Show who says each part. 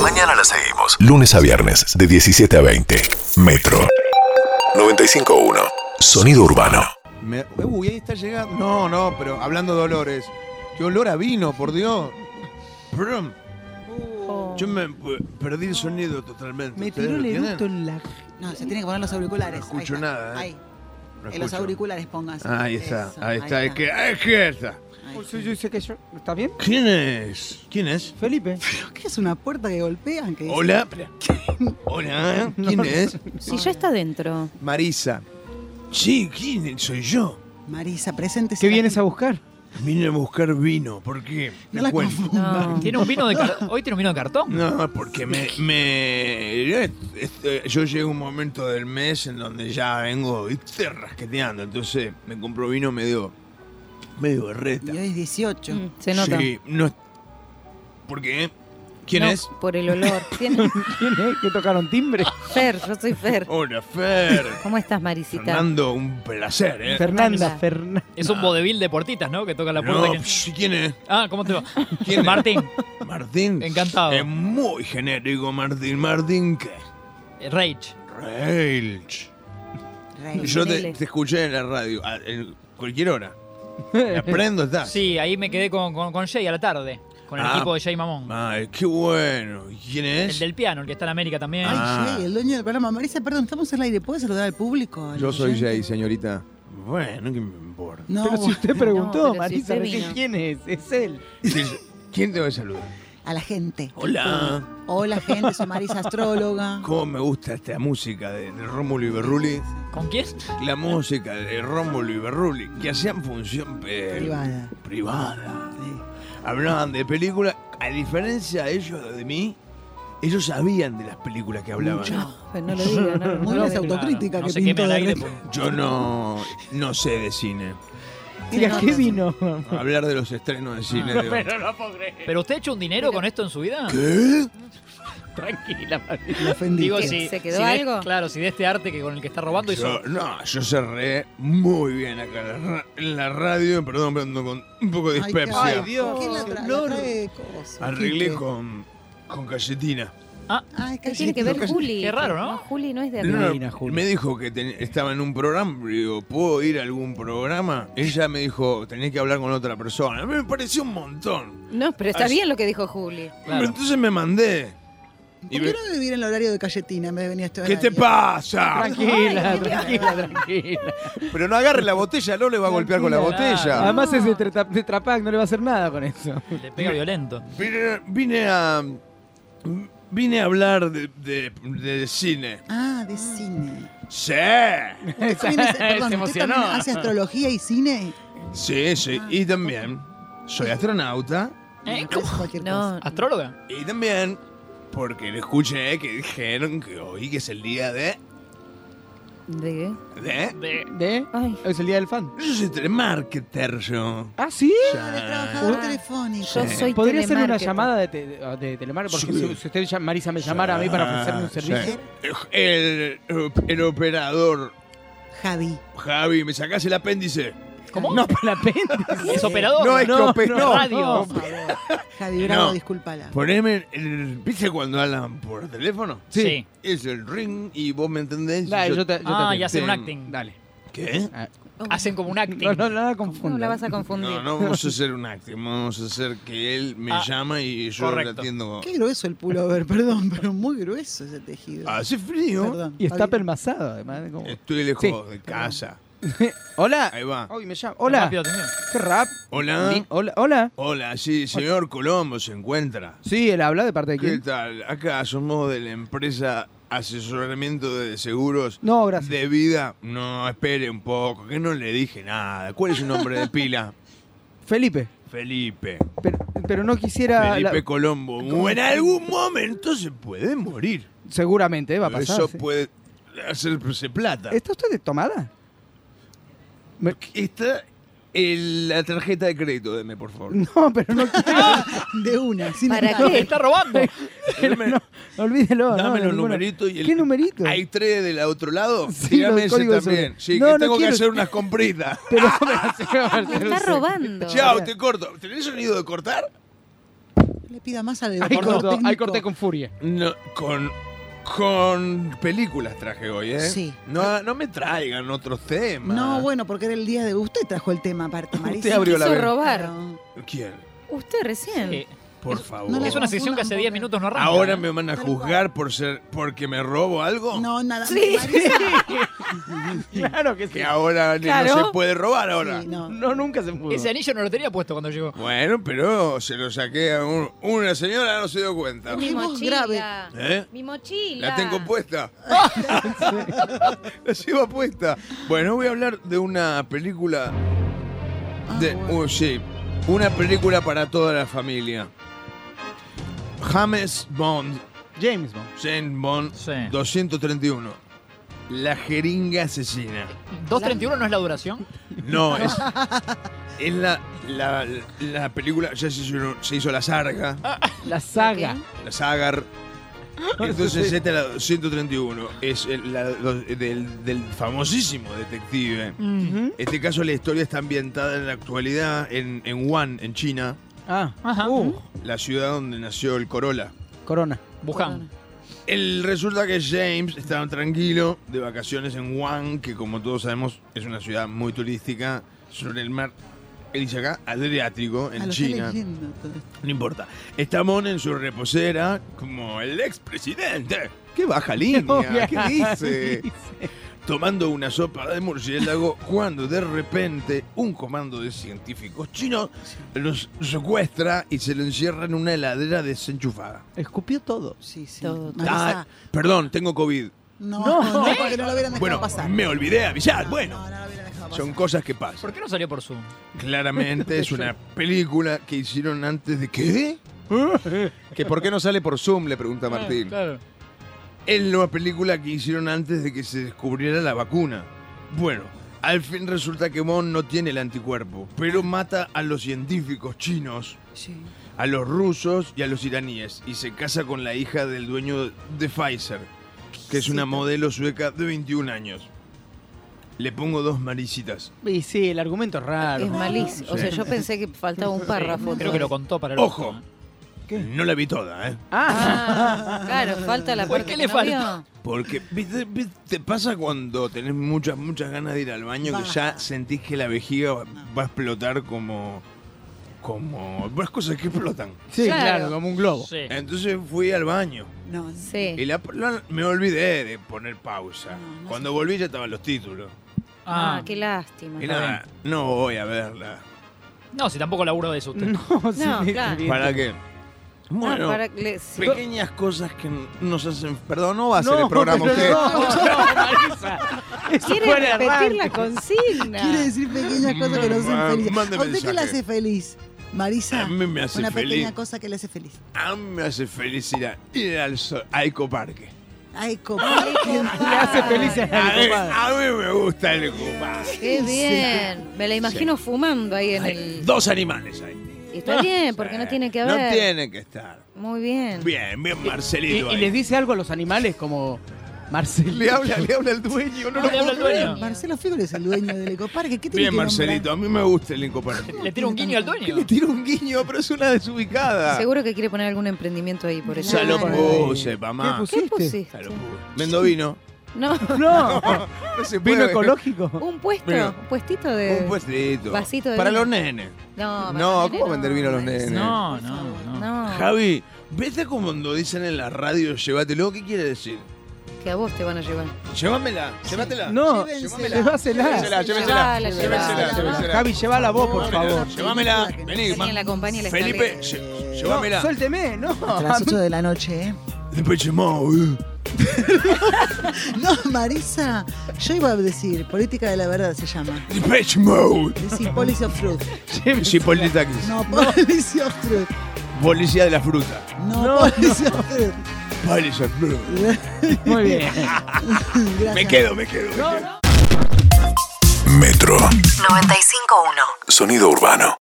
Speaker 1: Mañana la seguimos. Lunes a viernes, de 17 a 20. Metro. 95.1. Sonido urbano.
Speaker 2: Me- uy, ahí está llegando. No, no, pero hablando de olores. Qué olor a vino, por Dios. Brum. Yo me p- perdí el sonido totalmente.
Speaker 3: Me
Speaker 2: ¿Ustedes
Speaker 3: tiró
Speaker 2: lo
Speaker 3: el
Speaker 2: tienen?
Speaker 3: eructo en la.
Speaker 4: No, se tiene que poner los auriculares.
Speaker 2: No escucho
Speaker 4: Ahí está.
Speaker 2: nada, ¿eh?
Speaker 4: Ahí.
Speaker 2: No
Speaker 4: en los
Speaker 2: escucho.
Speaker 4: auriculares pónganse.
Speaker 2: Ahí está,
Speaker 4: Eso,
Speaker 2: ahí está. Es que, es que está.
Speaker 4: Ahí está.
Speaker 3: Yo sé que yo. ¿Está bien?
Speaker 2: ¿Quién es? ¿Quién es?
Speaker 3: Felipe.
Speaker 4: ¿Qué es una puerta que golpean? ¿Qué dice?
Speaker 2: Hola. Hola. ¿Quién es?
Speaker 5: Si ya está dentro.
Speaker 2: Marisa. Sí, ¿quién es? soy yo?
Speaker 4: Marisa, presente.
Speaker 3: ¿Qué vienes a buscar?
Speaker 2: Vine a buscar vino. ¿Por qué?
Speaker 4: No
Speaker 2: Te
Speaker 4: la
Speaker 2: cuento.
Speaker 5: No.
Speaker 6: Tiene un vino de car- Hoy tiene un vino de cartón.
Speaker 2: No, porque me, me- este, yo llego a un momento del mes en donde ya vengo ¿viste? rasqueteando, entonces me compro vino medio medio berreta.
Speaker 4: Y hoy es 18.
Speaker 5: Mm, se nota.
Speaker 2: Sí, no. ¿Por qué? ¿Quién
Speaker 5: No,
Speaker 2: es?
Speaker 5: Por el olor. Tiene-
Speaker 3: ¿Quién es? ¿Que tocaron timbre?
Speaker 5: Fer, yo soy Fer.
Speaker 2: Hola, Fer.
Speaker 5: ¿Cómo estás, Marisita?
Speaker 2: Oh. Fernando, un placer, ¿eh?
Speaker 3: Fernanda,
Speaker 5: Fernanda.
Speaker 3: Fernanda.
Speaker 6: Es un vodevil de portitas, ¿no? Que toca la puerta.
Speaker 2: No,
Speaker 6: que-
Speaker 2: psh, ¿quién es?
Speaker 6: Ah, ¿cómo te va?
Speaker 2: ¿Quién es?
Speaker 6: Martín,
Speaker 2: Martín.
Speaker 6: Encantado.
Speaker 2: Es muy genérico, Martín. Martín, ¿qué?
Speaker 6: eh, Rage.
Speaker 2: Rage.
Speaker 4: Rey.
Speaker 2: Yo te,
Speaker 5: Dele.
Speaker 2: te escuché en la radio, a en cualquier hora. Te Aprendo, está.
Speaker 6: Sí, ahí me quedé con, con, con Jay a la tarde. Con el
Speaker 2: Ah.
Speaker 6: equipo de Jay Mamón.
Speaker 2: Ay, qué bueno. ¿Y ¿Quién
Speaker 6: El
Speaker 2: es?
Speaker 6: del piano, el que está en América también.
Speaker 4: Ay,
Speaker 2: Ah.
Speaker 4: Jay, el dueño del programa. Marisa, perdón, estamos al aire. ¿Puedes saludar al público? al oyente?
Speaker 2: señorita. Bueno, ¿qué me importa?
Speaker 4: No,
Speaker 3: Pero si usted preguntó,
Speaker 5: pero si
Speaker 3: Marisa,
Speaker 5: usted
Speaker 3: recién,
Speaker 5: vino.
Speaker 3: ¿quién es? Es él.
Speaker 2: ¿Quién te va a saludar?
Speaker 4: a la gente.
Speaker 2: Hola.
Speaker 4: Hola, gente. Soy Marisa, astróloga.
Speaker 2: ¿Cómo me gusta esta música de, de Rómulo y Berruli?
Speaker 6: ¿Con quién?
Speaker 2: La música de Rómulo y Berruli, que hacían función eh,
Speaker 4: Privada.
Speaker 2: privada.
Speaker 4: Sí.
Speaker 2: Hablaban de películas. A diferencia de ellos, de mí, ellos sabían de las películas que hablaban.
Speaker 4: Mucho.
Speaker 5: Pero no lo diga, no,
Speaker 4: Muy
Speaker 5: no lo
Speaker 4: buena
Speaker 5: diga.
Speaker 4: autocrítica
Speaker 6: no
Speaker 4: que
Speaker 6: se queme
Speaker 4: pintó
Speaker 6: al
Speaker 4: de
Speaker 6: aire.
Speaker 4: repente.
Speaker 6: porque-
Speaker 2: Yo no, no sé de cine.
Speaker 3: Mira,
Speaker 4: Sí,
Speaker 3: ¿qué
Speaker 4: no,
Speaker 3: vino?
Speaker 2: Hablar de los estrenos de cine. de-
Speaker 6: ¿Pero usted ha hecho un dinero con esto en su vida?
Speaker 2: ¿Qué?
Speaker 6: Tranquila, Martín.
Speaker 4: Me ofendí.
Speaker 6: Digo,
Speaker 5: ¿Qué?
Speaker 6: si,
Speaker 5: ¿Se quedó
Speaker 6: si de-
Speaker 5: algo?
Speaker 6: claro, si de este arte que con el que está robando hizo.
Speaker 2: Yo- no, yo cerré muy bien acá en la ra- en la radio, perdón, pero ando con un poco de
Speaker 4: Ay, qué-
Speaker 2: dispepsia.
Speaker 3: Ay, Dios.
Speaker 4: ¿Quién la tra- la
Speaker 3: Olor.
Speaker 4: trae cosa?
Speaker 2: Arreglé
Speaker 4: Quique.
Speaker 2: con, con galletina.
Speaker 6: Ah,
Speaker 4: Ay,
Speaker 5: ¿Qué tiene que
Speaker 4: calletina.
Speaker 5: ver Juli?
Speaker 6: Qué raro, ¿no?
Speaker 5: Juli no es de acá.
Speaker 2: No,
Speaker 3: divina, Juli.
Speaker 2: me dijo que ten- estaba en un programa, digo, ¿puedo ir a algún programa? Ella me dijo, tenés que hablar con otra persona. Me pareció un montón.
Speaker 5: No, pero está
Speaker 2: Ay.
Speaker 5: bien lo que dijo Juli.
Speaker 6: Claro.
Speaker 2: Pero entonces me mandé. Y me-
Speaker 4: ¿Por qué no vivir en el horario de Cayetina en vez de venir a este
Speaker 2: ¿Qué te
Speaker 4: horario?
Speaker 2: pasa?
Speaker 3: Tranquila, tranquila, tranquila.
Speaker 7: Pero no agarre la botella, no le va a golpear con la
Speaker 6: Tranquila.
Speaker 7: botella.
Speaker 3: Además es de, Tetra- de Trapac, no le va a hacer nada con eso.
Speaker 6: Le pega violento.
Speaker 2: Vine, vine a. Vine a hablar de, de- de cine.
Speaker 4: Ah, de cine.
Speaker 2: ¡Sí!
Speaker 4: Usted también hace- perdón,
Speaker 3: Se
Speaker 4: ¿usted
Speaker 3: emocionó.
Speaker 4: también hace astrología y
Speaker 5: Eh,
Speaker 4: cine?
Speaker 2: Sí, sí.
Speaker 3: Ah,
Speaker 2: Y también soy astronauta.
Speaker 6: ¿Eh?
Speaker 4: Es cualquier
Speaker 5: No,
Speaker 4: cosa.
Speaker 2: Ah.
Speaker 6: ¿Astróloga?
Speaker 2: Y también porque le escuché que dijeron que hoy que es el día de.
Speaker 5: ¿de ¿eh?
Speaker 2: de.
Speaker 6: De-
Speaker 3: ¿De?
Speaker 5: Ay.
Speaker 3: Hoy es el día del fan.
Speaker 2: Yo soy telemarketer, yo.
Speaker 3: ¿Ah, sí?
Speaker 4: Ah, de
Speaker 2: Ya.
Speaker 4: trabajador telefónico.
Speaker 5: Yo soy
Speaker 3: ¿Podría hacer una
Speaker 5: telemarketer.
Speaker 3: llamada de, te- de Telemar? Porque
Speaker 2: Sí. Ah,
Speaker 3: si, si usted, ya- Marisa, me llamara a mí para ofrecerme un
Speaker 2: Sí.
Speaker 3: servicio.
Speaker 2: El, el operador
Speaker 4: Javi.
Speaker 2: Javi, me sacás el apéndice.
Speaker 6: ¿Cómo?
Speaker 3: No, para la pende.
Speaker 6: ¿Es operador?
Speaker 7: No, es estrope- no.
Speaker 6: Radio.
Speaker 4: Por favor. Javi Bravo,
Speaker 2: No.
Speaker 4: discúlpala.
Speaker 2: Poneme el. ¿Viste cuando hablan por teléfono?
Speaker 6: Sí.
Speaker 2: Es el ring y vos me entendés. y
Speaker 3: Dale,
Speaker 2: yo-
Speaker 3: yo te, yo te
Speaker 6: Ah, y
Speaker 3: atiendo.
Speaker 6: hacen un
Speaker 2: Ten-
Speaker 6: acting.
Speaker 3: Dale.
Speaker 2: ¿Qué?
Speaker 6: Hacen como un acting.
Speaker 3: No, no, nada confunda.
Speaker 5: No la vas a confundir.
Speaker 2: No, no vamos a hacer un acting, vamos a hacer que él me
Speaker 6: Ah,
Speaker 2: llama y yo
Speaker 6: correcto.
Speaker 2: le atiendo.
Speaker 4: Qué grueso el pullover, perdón, pero muy grueso ese tejido.
Speaker 2: Hace frío.
Speaker 4: Perdón.
Speaker 3: Y está
Speaker 4: Javi.
Speaker 3: pelmazado, además. como-
Speaker 2: Estoy lejos de casa.
Speaker 3: Hola.
Speaker 2: Eh. Ahí va.
Speaker 3: Ay, me llama. Hola.
Speaker 6: Rápido, atención.
Speaker 3: ¿Qué rap?
Speaker 2: Hola.
Speaker 3: Ni- Hola. Hola.
Speaker 2: Hola, sí, señor Colombo se encuentra.
Speaker 3: Sí, él habla de parte de
Speaker 2: ¿Qué
Speaker 3: quién.
Speaker 2: tal? Acá somos de la empresa Asesoramiento de Seguros
Speaker 3: No, gracias.
Speaker 2: de Vida. No, espere un poco, que no le dije nada. ¿Cuál es su nombre de pila?
Speaker 3: Felipe.
Speaker 2: Felipe.
Speaker 3: Pero, pero no quisiera. la-
Speaker 2: Felipe Colombo. En algún momento se puede morir.
Speaker 3: Seguramente eh, va a
Speaker 2: Pero
Speaker 3: pasar.
Speaker 2: Eso
Speaker 3: sí.
Speaker 2: puede hacerse plata.
Speaker 3: ¿Está usted de tomada? Me-
Speaker 2: Está el- la tarjeta de crédito, deme, por favor.
Speaker 3: No, pero no quiero.
Speaker 4: De una, sin
Speaker 5: ¿Para
Speaker 4: entrar.
Speaker 5: qué?
Speaker 6: Está robando. Eh,
Speaker 3: pero no, olvídelo. no,
Speaker 2: Dame
Speaker 3: de
Speaker 2: los
Speaker 3: ninguna-
Speaker 2: numeritos y el.
Speaker 3: ¿Qué numerito?
Speaker 2: Hay tres del otro lado.
Speaker 3: Sí,
Speaker 2: Tirame
Speaker 3: los
Speaker 2: ese
Speaker 3: códigos
Speaker 2: también.
Speaker 3: son-
Speaker 2: Sí,
Speaker 3: No,
Speaker 2: que
Speaker 3: no
Speaker 2: tengo que
Speaker 3: quiero-
Speaker 2: hacer unas compritas.
Speaker 3: Pero, pero, señor,
Speaker 5: Me está
Speaker 3: no sé.
Speaker 5: robando.
Speaker 2: Chao, te corto. ¿Tenés sonido de cortar?
Speaker 4: le pida más al
Speaker 8: Ahí
Speaker 4: departamento
Speaker 8: cortó- ahí
Speaker 4: técnico.
Speaker 8: corté con furia.
Speaker 2: No, con, con películas traje hoy, ¿eh?
Speaker 4: Sí.
Speaker 2: No, no me traigan otros temas.
Speaker 4: No, bueno, porque era el día de usted trajo el tema aparte, Marisa.
Speaker 7: Usted abrió la
Speaker 5: Quiso
Speaker 7: vena.
Speaker 5: robar.
Speaker 2: ¿Quién?
Speaker 5: Usted recién.
Speaker 6: Sí.
Speaker 2: Por
Speaker 6: Es-
Speaker 2: favor.
Speaker 4: no la-
Speaker 6: Es una sección que hace 10 minutos no arranca.
Speaker 2: ¿Ahora
Speaker 6: ¿eh?
Speaker 2: me van a
Speaker 4: Tal cual.
Speaker 2: juzgar por ser porque me robo algo?
Speaker 4: No, nada.
Speaker 5: Sí.
Speaker 4: Marisa.
Speaker 8: Claro que sí.
Speaker 2: Que ahora ni-
Speaker 5: Claro.
Speaker 2: no se puede robar ahora.
Speaker 4: Sí, no.
Speaker 8: No, nunca se pudo.
Speaker 6: Ese anillo no lo tenía puesto cuando llegó.
Speaker 2: Bueno, pero se lo saqué a un- una señora, no se dio cuenta.
Speaker 5: Mi
Speaker 4: Qué voz grave.
Speaker 5: mochila.
Speaker 2: ¿Eh?
Speaker 5: Mi mochila.
Speaker 2: La tengo puesta. La llevo puesta. Bueno, voy a hablar de una película. De, uh, sí, una película para toda la familia. James Bond,
Speaker 8: James Bond.
Speaker 2: Jane Bond,
Speaker 6: Sí.
Speaker 2: 231. La jeringa asesina.
Speaker 6: 2.31 no es la duración.
Speaker 2: No, es, es la, la, la película. Ya se hizo, se hizo la sarga.
Speaker 8: La saga.
Speaker 2: la Sagar. Entonces esta es la 231, es el- la do- del, del famosísimo detective.
Speaker 8: Ujú.
Speaker 2: Este caso la historia está ambientada en la actualidad en, en Wuhan, en China,
Speaker 8: Ah,
Speaker 6: Ajá.
Speaker 8: uh,
Speaker 2: la ciudad donde nació el Corolla.
Speaker 8: Corona.
Speaker 6: Buján.
Speaker 2: El, resulta que James estaba tranquilo de vacaciones en Wuhan, que como todos sabemos es una ciudad muy turística sobre el mar, él dice acá, Adriático,
Speaker 4: Ah,
Speaker 2: en
Speaker 4: lo está
Speaker 2: China.
Speaker 4: leyendo todo esto.
Speaker 2: No importa. Está Mon en su reposera como el expresidente. ¡Qué baja línea! ¿Qué dice? Tomando una sopa de murciélago cuando de repente un comando de científicos chinos los secuestra y se lo encierra en una heladera desenchufada.
Speaker 8: Escupió todo.
Speaker 4: Sí, sí.
Speaker 5: Todo, todo.
Speaker 2: Ah,
Speaker 4: Marisa,
Speaker 2: perdón, tengo COVID.
Speaker 4: no,
Speaker 8: No.
Speaker 4: no, porque no lo hubieran dejado
Speaker 2: Bueno,
Speaker 4: pasar.
Speaker 2: me olvidé de avisar.
Speaker 4: No,
Speaker 2: Bueno,
Speaker 4: no, no lo hubieran dejado
Speaker 2: son
Speaker 4: pasar.
Speaker 2: cosas que pasan.
Speaker 6: ¿Por qué no salió por Zoom?
Speaker 2: Claramente es una película que hicieron antes de ¿eh? qué?
Speaker 7: ¿Que por qué no sale por Zoom? Le
Speaker 4: Ah,
Speaker 7: pregunta Martín.
Speaker 6: Claro.
Speaker 2: Es la película que hicieron antes de que se descubriera la vacuna. Bueno, al fin resulta que Mon no tiene el anticuerpo, pero mata a los científicos chinos,
Speaker 4: Sí.
Speaker 2: a los rusos y a los iraníes, y se casa con la hija del dueño de Pfizer, que es una modelo sueca de 21 años. Le pongo dos maricitas.
Speaker 8: Y sí, el argumento es raro.
Speaker 5: Es malísimo. O sea, yo pensé que faltaba un párrafo.
Speaker 6: Eh, Creo que lo contó para el
Speaker 2: Ojo.
Speaker 6: otro, ¿eh?
Speaker 2: No la vi toda, ¿eh?
Speaker 5: Ah, claro, falta la
Speaker 6: ¿Por
Speaker 5: parte
Speaker 6: qué
Speaker 5: que
Speaker 6: le
Speaker 5: no
Speaker 6: falta?
Speaker 5: vio.
Speaker 2: Porque ¿viste, viste, te pasa cuando tenés muchas, muchas ganas de ir al baño que ya
Speaker 4: Basta.
Speaker 2: sentís que la vejiga va, va a explotar como. como. las cosas que explotan.
Speaker 8: Sí,
Speaker 5: Claro.
Speaker 8: claro. como un globo.
Speaker 6: Sí.
Speaker 3: Eh.
Speaker 2: Entonces fui al baño.
Speaker 4: No, no.
Speaker 5: Sí.
Speaker 2: Y la- la- me olvidé de poner pausa.
Speaker 4: No, no
Speaker 2: Cuando volví ya estaban los títulos.
Speaker 5: Ah,
Speaker 6: Ah.
Speaker 5: qué lástima. Ah,
Speaker 2: Y nada, no voy a verla.
Speaker 6: No, si tampoco laburo de eso usted.
Speaker 8: No, sí,
Speaker 5: No, claro.
Speaker 8: bien.
Speaker 2: ¿Para qué? Bueno,
Speaker 5: Ah, para que le- sí.
Speaker 2: pequeñas cosas que nos hacen.
Speaker 7: Perdón, no va a ser
Speaker 8: No,
Speaker 7: el programa
Speaker 8: pero
Speaker 7: usted.
Speaker 8: no, no, Marisa. Eso
Speaker 5: Quiere
Speaker 8: fue el
Speaker 5: repetir
Speaker 8: arranque.
Speaker 5: la consigna.
Speaker 4: Quiere decir pequeñas cosas que no
Speaker 2: Ma-
Speaker 4: hacen feliz.
Speaker 2: mande
Speaker 4: ¿A usted qué le
Speaker 2: mensaje.
Speaker 4: hace feliz? Marisa,
Speaker 2: A mí me hace
Speaker 4: una
Speaker 2: feliz.
Speaker 4: pequeña cosa que le hace feliz.
Speaker 2: A mí me hace felicidad ir al, so- a Eco Parque.
Speaker 4: Ay,
Speaker 5: Ay,
Speaker 4: copa.
Speaker 8: Le hace feliz a
Speaker 2: A mí,
Speaker 8: la copada.
Speaker 2: a mí me gusta el Ecoparque.
Speaker 5: Qué bien. Me la imagino fumando ahí en
Speaker 2: Hay
Speaker 5: el.
Speaker 2: dos animales ahí.
Speaker 5: Y Está bien, porque no tiene que haber.
Speaker 2: No tiene que estar.
Speaker 5: Muy bien.
Speaker 2: Bien, bien
Speaker 8: Y,
Speaker 2: Marcelito.
Speaker 8: y
Speaker 2: ahí.
Speaker 8: les dice algo a los animales como Marcelo.
Speaker 7: Le habla, le habla el dueño. No
Speaker 6: No,
Speaker 7: lo
Speaker 6: le habla el dueño.
Speaker 4: Marcelo Figol es el dueño del ecoparque. ¿Qué tiene
Speaker 2: bien
Speaker 4: que nombrar?
Speaker 2: Marcelito, a mí me gusta el Ecoparque.
Speaker 6: Le tira un guiño al dueño.
Speaker 7: tira un guiño, pero es una desubicada.
Speaker 5: Seguro que quiere poner algún emprendimiento ahí por eso.
Speaker 2: Ya lo
Speaker 8: Claro.
Speaker 2: puse, mamá.
Speaker 8: ¿Qué
Speaker 5: ¿Qué pusiste?
Speaker 2: Ya lo puse. Vendo vino.
Speaker 5: No,
Speaker 8: No,
Speaker 7: No se puede.
Speaker 8: vino ecológico.
Speaker 5: un puesto,
Speaker 2: Mira.
Speaker 5: un puestito de.
Speaker 2: Un puestito.
Speaker 5: vasito de
Speaker 2: Para
Speaker 5: vino.
Speaker 2: los nenes.
Speaker 7: No,
Speaker 5: No, Marcelo,
Speaker 7: ¿cómo vender vino a los
Speaker 5: Marcelo,
Speaker 7: nenes?
Speaker 6: No,
Speaker 4: Por
Speaker 6: no,
Speaker 4: favor.
Speaker 6: no.
Speaker 5: No,
Speaker 2: Javi, ¿viste como cuando dicen en la radio llévatelo? ¿Qué quiere decir?
Speaker 5: que a vos te van a llevar.
Speaker 2: Llévamela, llévatela.
Speaker 8: No,
Speaker 4: Llévensela.
Speaker 8: llevásela.
Speaker 7: Llévensela, llévensela.
Speaker 5: Llévala,
Speaker 7: Llévensela,
Speaker 5: llévala.
Speaker 7: llévensela.
Speaker 8: Javi, llévala vos, por
Speaker 2: Llévamela,
Speaker 8: favor.
Speaker 2: Llévamela. Vení,
Speaker 5: Alguien la acompaña y la
Speaker 2: Felipe,
Speaker 5: escalera.
Speaker 2: lle-
Speaker 8: No,
Speaker 2: llévamela.
Speaker 8: suélteme, no.
Speaker 4: A las 8 de la noche, ¿eh?
Speaker 2: Depeche Mode.
Speaker 4: No, Marisa, yo iba a decir, política de la verdad se llama.
Speaker 2: Depeche Mode.
Speaker 4: Decir policy of truth.
Speaker 2: Sí, Politaquis.
Speaker 4: No, policy of truth.
Speaker 2: Policía de la fruta.
Speaker 4: No,
Speaker 8: No,
Speaker 4: policy of truth.
Speaker 2: Policy of fruit.
Speaker 8: Muy bien.
Speaker 4: Gracias.
Speaker 2: Me quedo, me quedo. me quedo.
Speaker 1: Metro.
Speaker 9: 95.1.
Speaker 1: Sonido urbano.